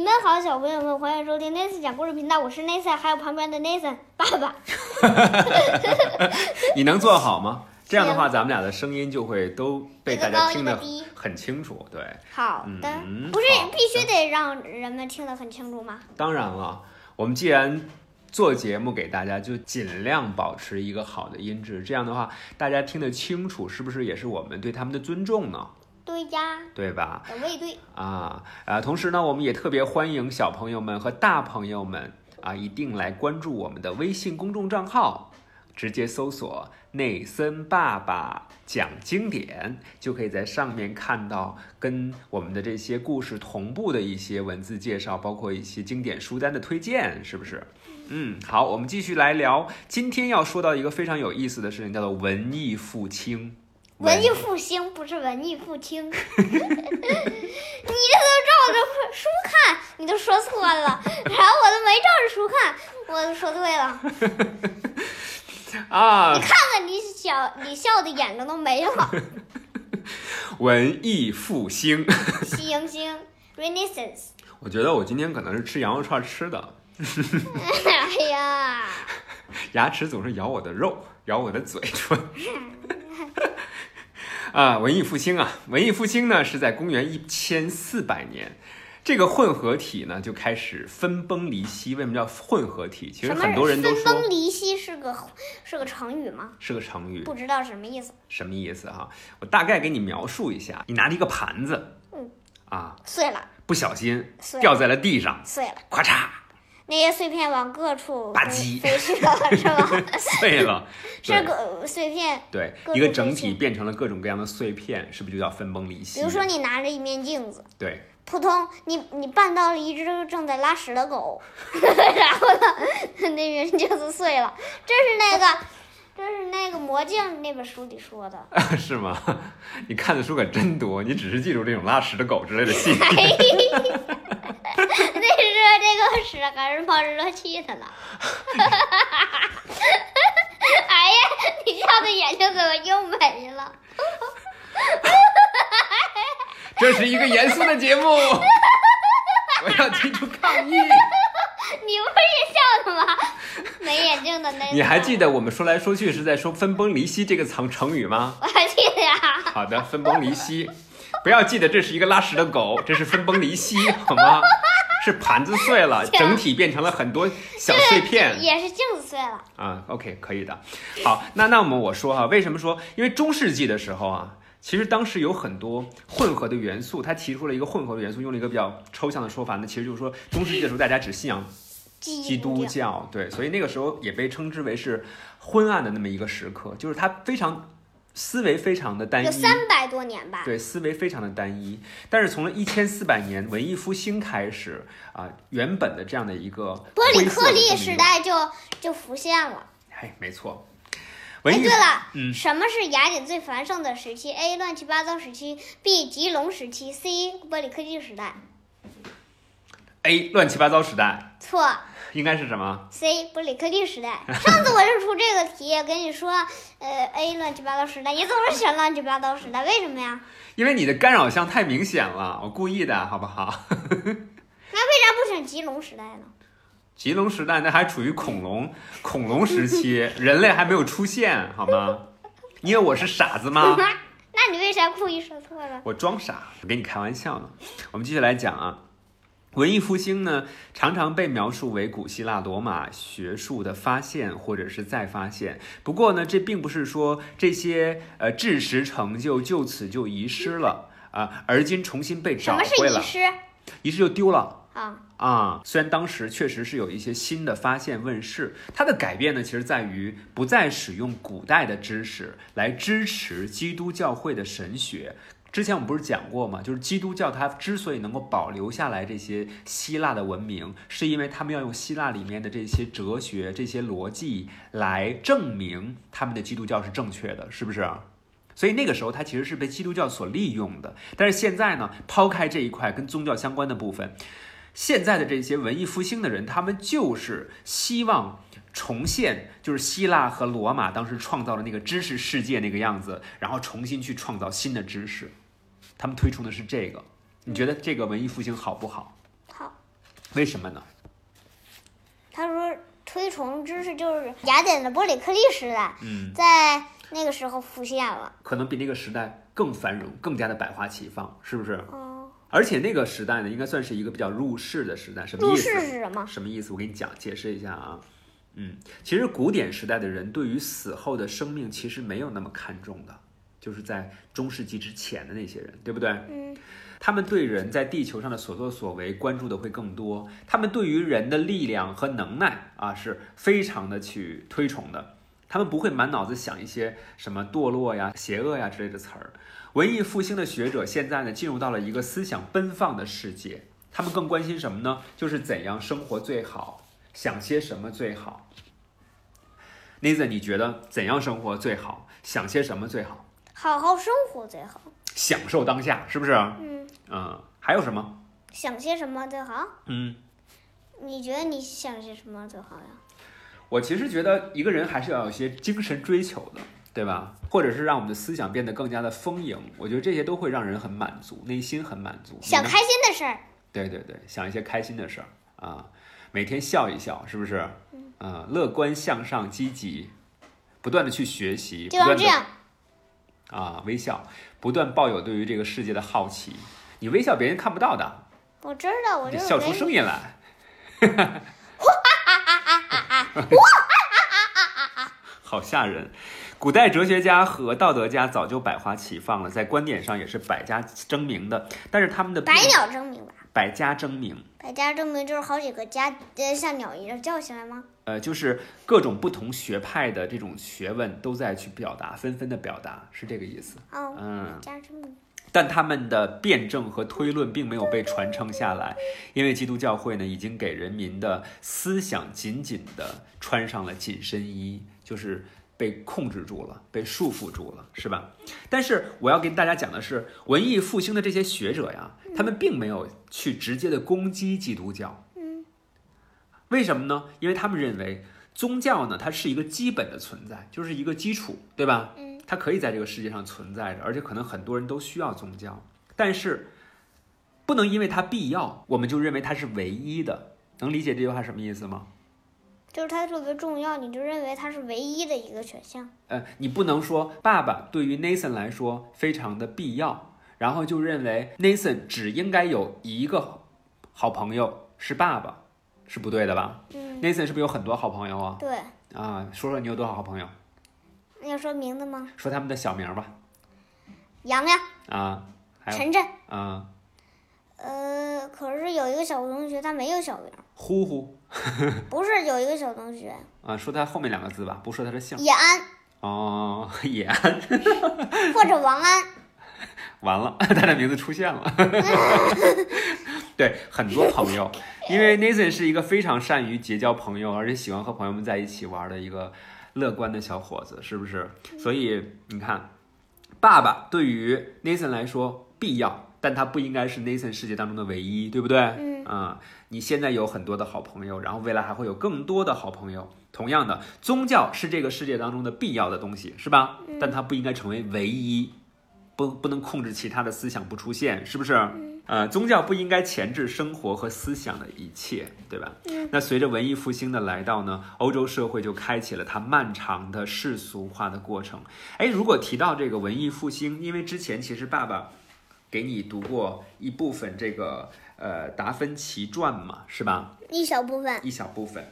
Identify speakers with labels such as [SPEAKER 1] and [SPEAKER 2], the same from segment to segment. [SPEAKER 1] 们好，小朋友们，欢迎收听 Nathan 讲故事频道，我是 Nathan，还有旁边的 Nathan 爸爸。
[SPEAKER 2] 你能做好吗？这样的话，咱们俩的声音就会都被大家听
[SPEAKER 1] 啊一
[SPEAKER 2] 得
[SPEAKER 1] 个高一个低
[SPEAKER 2] 很清楚。对，
[SPEAKER 1] 好的，
[SPEAKER 2] 嗯
[SPEAKER 1] 不是
[SPEAKER 2] 好
[SPEAKER 1] 必须得让人们听得很清楚吗？
[SPEAKER 2] 当然了，我们既然做节目给大家，就尽量保持一个好的音质。这样的话，大家听得清楚，是不是也是我们对他们的尊重呢？
[SPEAKER 1] 对呀，
[SPEAKER 2] 对吧？
[SPEAKER 1] 有卫队，
[SPEAKER 2] 啊啊！同时呢，我们也特别欢迎小朋友们和大朋友们啊，一定来关注我们的微信公众账号，直接搜索“内森爸爸讲经典”，就可以在上面看到跟我们的这些故事同步的一些文字介绍，包括一些经典书单的推荐，是不是？嗯，好，我们继续来聊，今天要说到一个非常有意思的事情，叫做文艺复兴。
[SPEAKER 1] 文艺复兴不是文艺复清。 你这都照着书看，你都说错了，然后我都没照着书看，我都说对了。
[SPEAKER 2] 啊，
[SPEAKER 1] 你看看你小，你笑的眼睛都没 了。
[SPEAKER 2] 文艺复兴。
[SPEAKER 1] 星星 Renaissance，
[SPEAKER 2] 我觉得我今天可能是吃羊肉串吃的，
[SPEAKER 1] 哎呀，
[SPEAKER 2] 牙齿总是咬我的肉，咬我的嘴唇。 啊，文艺复兴啊，文艺复兴呢是在公元一千四百年，这个混合体呢就开始分崩离析。为什么叫混合体？其实
[SPEAKER 1] 什么
[SPEAKER 2] 很多人都
[SPEAKER 1] 分崩
[SPEAKER 2] 说
[SPEAKER 1] 离析是个是个成语吗？
[SPEAKER 2] 是个成语，
[SPEAKER 1] 不知道什么意思。
[SPEAKER 2] 什么意思哈、我大概给你描述一下：你拿着一个盘子
[SPEAKER 1] 嗯，
[SPEAKER 2] 啊，
[SPEAKER 1] 碎了，
[SPEAKER 2] 不小心
[SPEAKER 1] 碎了，
[SPEAKER 2] 掉在了地上，
[SPEAKER 1] 碎了，
[SPEAKER 2] 咔嚓
[SPEAKER 1] 那些碎片往各处
[SPEAKER 2] 吧
[SPEAKER 1] 飞
[SPEAKER 2] 唧
[SPEAKER 1] 飞去了，是吧？
[SPEAKER 2] 碎了，
[SPEAKER 1] 是
[SPEAKER 2] 对
[SPEAKER 1] 个呃碎片，
[SPEAKER 2] 对，
[SPEAKER 1] 各
[SPEAKER 2] 一个
[SPEAKER 1] 种
[SPEAKER 2] 整
[SPEAKER 1] 碎
[SPEAKER 2] 体
[SPEAKER 1] 片
[SPEAKER 2] 变成了各种各样的碎片，是不是就叫分崩离析
[SPEAKER 1] 比
[SPEAKER 2] 呀？
[SPEAKER 1] 如说你拿着一面镜子，
[SPEAKER 2] 对，
[SPEAKER 1] 扑通，你你绊到了一只正在拉屎的狗， 然后呢，那面镜子碎了。这是那个，这是那个《魔镜》那本书里说的。
[SPEAKER 2] 是吗？ 你看的书可真多，你只是记住这种拉屎的狗之类的细
[SPEAKER 1] 哎
[SPEAKER 2] 节
[SPEAKER 1] 那是这个屎还是冒着热气的呢？ 哎呀，你笑的眼睛怎么又没了？
[SPEAKER 2] 这是一个严肃的节 目，我要提出抗议。
[SPEAKER 1] 哎你不是也笑的吗？没眼镜的那
[SPEAKER 2] 你还记得我们说来说去是在说“分崩离析”这个成成语吗？
[SPEAKER 1] 我还记得呀、
[SPEAKER 2] 好的，分崩离析，不要记得这是一个拉屎的狗，这是分崩离析，好吗？是盘子碎了，
[SPEAKER 1] 啊
[SPEAKER 2] 整体变成了很多小碎片。
[SPEAKER 1] 也是镜子碎了。
[SPEAKER 2] 啊，OK，可以的。好，那那么我说哈、为什么说？因为中世纪的时候啊，其实当时有很多混合的元素，他提出了一个混合的元素，用了一个比较抽象的说法，那其实就是说中世纪的时候大家只信仰基
[SPEAKER 1] 基
[SPEAKER 2] 督教，对，所以那个时候也被称之为是昏暗的那么一个时刻，就是他非常思维非常的单
[SPEAKER 1] 有
[SPEAKER 2] 一。
[SPEAKER 1] 三百多年吧，
[SPEAKER 2] 对，思维非常的单一。但是从了一千四百年文艺复兴开始啊、原本的这样的一个
[SPEAKER 1] 伯
[SPEAKER 2] 灰
[SPEAKER 1] 里
[SPEAKER 2] 色的
[SPEAKER 1] 克
[SPEAKER 2] 这么
[SPEAKER 1] 利
[SPEAKER 2] 一
[SPEAKER 1] 时
[SPEAKER 2] 个，
[SPEAKER 1] 代就就浮现了。
[SPEAKER 2] 哎，没错，
[SPEAKER 1] 哎，
[SPEAKER 2] 文艺
[SPEAKER 1] 对了，
[SPEAKER 2] 嗯
[SPEAKER 1] 什么是雅典最繁盛的时期？A. 乱七八糟时期，B. 吉隆时期，C. 伯里克利时代。
[SPEAKER 2] A 乱七八糟时代
[SPEAKER 1] 错
[SPEAKER 2] 应该是什么？
[SPEAKER 1] ，C. 伯里克利时代。上次我就出这个题，跟你说，呃，A 乱七八糟时代，你总是选乱七八糟时代，为什么呀？
[SPEAKER 2] 因为你的干扰项太明显了，我故意的好不好？
[SPEAKER 1] 那为啥不选吉隆时代呢？
[SPEAKER 2] 吉隆时代那还处于恐龙恐龙时期，人类还没有出现，好吗？因为我是傻子吗？
[SPEAKER 1] 那你为啥故意说错了？
[SPEAKER 2] 我装傻，我跟你开玩笑呢。我们继续来讲啊，文艺复兴呢，常常被描述为古希腊罗马学术的发现或者是再发现。不过呢，这并不是说这些呃知识成就就此就遗失了啊、而今重新被
[SPEAKER 1] 什
[SPEAKER 2] 找
[SPEAKER 1] 么是
[SPEAKER 2] 回
[SPEAKER 1] 遗
[SPEAKER 2] 了，
[SPEAKER 1] 失
[SPEAKER 2] 遗失就丢了。
[SPEAKER 1] 啊？
[SPEAKER 2] 啊、虽然当时确实是有一些新的发现问世，它的改变呢，其实在于不再使用古代的知识来支持基督教会的神学。之前我们不是讲过吗？就是基督教它之所以能够保留下来这些希腊的文明，是因为他们要用希腊里面的这些哲学、这些逻辑来证明他们的基督教是正确的，是不是啊？所以那个时候，它其实是被基督教所利用的。但是现在呢，抛开这一块跟宗教相关的部分，现在的这些文艺复兴的人，他们就是希望重现，就是希腊和罗马当时创造的那个知识世界那个样子，然后重新去创造新的知识。他们推崇的是这个，你觉得这个文艺复兴好不好？
[SPEAKER 1] 好，
[SPEAKER 2] 为什么呢？
[SPEAKER 1] 他说推崇知识就是雅典的伯里克利时代，
[SPEAKER 2] 嗯，
[SPEAKER 1] 在那个时候浮现了。
[SPEAKER 2] 可能比那个时代更繁荣，更加的百花齐放，是不是？
[SPEAKER 1] 嗯，
[SPEAKER 2] 而且那个时代呢，应该算是一个比较入世的时代。什么
[SPEAKER 1] 入
[SPEAKER 2] 意思？
[SPEAKER 1] 世是什么？
[SPEAKER 2] 什么意思？我给你讲解释一下啊。嗯，其实古典时代的人对于死后的生命其实没有那么看重的，就是在中世纪之前的那些人，对不对？
[SPEAKER 1] 嗯，
[SPEAKER 2] 他们对人在地球上的所作所为关注的会更多，他们对于人的力量和能耐啊是非常的去推崇的，他们不会满脑子想一些什么堕落呀、邪恶呀之类的词儿。文艺复兴的学者现在呢进入到了一个思想奔放的世界，他们更关心什么呢？就是怎样生活最好，想些什么最好。Nathan，你觉得怎样生活最好？想些什么最好？
[SPEAKER 1] 好好生活最好。
[SPEAKER 2] 享受当下，是不是？
[SPEAKER 1] 嗯，
[SPEAKER 2] 嗯，还有什么？
[SPEAKER 1] 想些什么最好？
[SPEAKER 2] 嗯。
[SPEAKER 1] 你觉得你想些什么最好呀？
[SPEAKER 2] 我其实觉得一个人还是要有一些精神追求的，对吧？或者是让我们的思想变得更加的丰盈，我觉得这些都会让人很满足，内心很满足。
[SPEAKER 1] 想
[SPEAKER 2] 你呢
[SPEAKER 1] 开心的事儿，
[SPEAKER 2] 对对对，想一些开心的事儿啊，每天笑一笑，是不是？嗯、乐观向上，积极，不断的去学习，不
[SPEAKER 1] 就要
[SPEAKER 2] 断
[SPEAKER 1] 这
[SPEAKER 2] 的
[SPEAKER 1] 样。
[SPEAKER 2] 啊微笑，不断抱有对于这个世界的好奇。你微笑，别人看不到的，
[SPEAKER 1] 我知道，我
[SPEAKER 2] 你
[SPEAKER 1] 就是
[SPEAKER 2] 笑
[SPEAKER 1] 给
[SPEAKER 2] 出
[SPEAKER 1] 你
[SPEAKER 2] 声音来。 好吓人！古代哲学家和道德家早就百花齐放了，在观点上也是百家争鸣的。但是他们的
[SPEAKER 1] 百
[SPEAKER 2] 辩
[SPEAKER 1] 鸟争鸣吧。
[SPEAKER 2] 百家争鸣，
[SPEAKER 1] 百家争鸣就是好几个家，呃，像鸟一样叫起来吗？
[SPEAKER 2] 呃，就是各种不同学派的这种学问都在去表达，纷纷的表达，是这个意思。
[SPEAKER 1] 哦，
[SPEAKER 2] 嗯，
[SPEAKER 1] 家争鸣。
[SPEAKER 2] 但他们的辩证和推论并没有被传承下来，因为基督教会呢已经给人民的思想紧紧的穿上了紧身衣，就是被控制住了，被束缚住了，是吧？但是我要跟大家讲的是，文艺复兴的这些学者呀，他们并没有去直接的攻击基督教，
[SPEAKER 1] 嗯，
[SPEAKER 2] 为什么呢？因为他们认为宗教呢，它是一个基本的存在，就是一个基础，对吧？
[SPEAKER 1] 嗯，
[SPEAKER 2] 它可以在这个世界上存在着，而且可能很多人都需要宗教，但是不能因为它必要，我们就认为它是唯一的。能理解这句话什么意思吗？
[SPEAKER 1] 就是它特别重要，你就认为它是唯一的一个选项。
[SPEAKER 2] 呃，你不能说爸爸对于 Nathan 来说非常的必要，然后就认为 Nathan 只应该有一个好朋友是爸爸，是不对的吧
[SPEAKER 1] 嗯，
[SPEAKER 2] ？Nathan 是不是有很多好朋友啊？
[SPEAKER 1] 对。
[SPEAKER 2] 啊，说说你有多少好朋友？
[SPEAKER 1] 那要说名字吗？
[SPEAKER 2] 说他们的小名吧。
[SPEAKER 1] 洋洋、
[SPEAKER 2] 啊，还有
[SPEAKER 1] 晨晨。
[SPEAKER 2] 啊，
[SPEAKER 1] 呃，可是有一个小同学他没有小名，
[SPEAKER 2] 呼呼
[SPEAKER 1] 不是有一个小同 学
[SPEAKER 2] 啊，说他后面两个字吧，不说他的姓。
[SPEAKER 1] 野安
[SPEAKER 2] 哦， 也
[SPEAKER 1] 或者王安，
[SPEAKER 2] 完了， 他的名字出现了。 对，很多朋友，因为 Nathan 是一个非常善于结交朋友，而且喜欢和朋友们在一起玩的一个乐观的小伙子，是不是？所以你看，爸爸对于 Nathan 来说必要，但他不应该是 Nathan 世界当中的唯一，对不对？
[SPEAKER 1] 嗯
[SPEAKER 2] 啊、你现在有很多的好朋友，然后未来还会有更多的好朋友。同样的，宗教是这个世界当中的必要的东西，是吧？但它不应该成为唯一，不不能控制其他的思想不出现，是不是？呃，宗教不应该钳制生活和思想的一切，对吧？
[SPEAKER 1] 嗯
[SPEAKER 2] 那随着文艺复兴的来到呢，欧洲社会就开启了它漫长的世俗化的过程。哎，如果提到这个文艺复兴，因为之前其实爸爸给你读过一部分这个呃《达芬奇传》嘛，是吧？
[SPEAKER 1] 一小部分
[SPEAKER 2] 一小部分。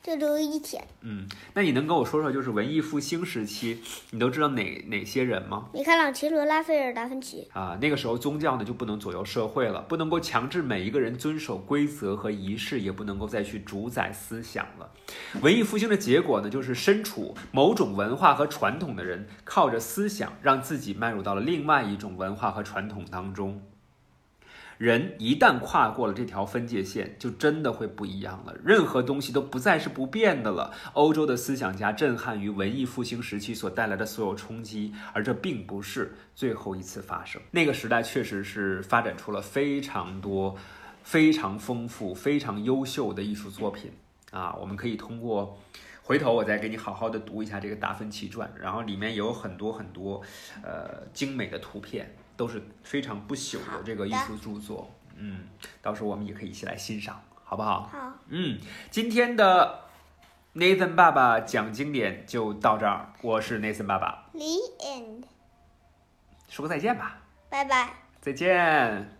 [SPEAKER 1] 就留一天。
[SPEAKER 2] 嗯，那你能跟我说说，就是文艺复兴时期，你都知道哪哪些人吗？
[SPEAKER 1] 米开朗基罗、拉斐尔、达芬奇。
[SPEAKER 2] 啊，那个时候宗教呢就不能左右社会了，不能够强制每一个人遵守规则和仪式，也不能够再去主宰思想了。文艺复兴的结果呢，就是身处某种文化和传统的人，靠着思想让自己迈入到了另外一种文化和传统当中。人一旦跨过了这条分界线，就真的会不一样了。任何东西都不再是不变的了。欧洲的思想家震撼于文艺复兴时期所带来的所有冲击，而这并不是最后一次发生。那个时代确实是发展出了非常多、非常丰富、非常优秀的艺术作品啊！我们可以通过。回头我再给你好好的读一下这个《达芬奇传》，然后里面有很多很多，呃，精美的图片，都是非常不朽的这个艺术著作。嗯，到时候我们也可以一起来欣赏，好好不好？
[SPEAKER 1] 好，
[SPEAKER 2] 嗯，今天的 Nathan 爸爸讲经典就到这儿，我是 Nathan 爸爸，
[SPEAKER 1] The end，
[SPEAKER 2] 说个再见吧，
[SPEAKER 1] 拜拜。
[SPEAKER 2] 再见。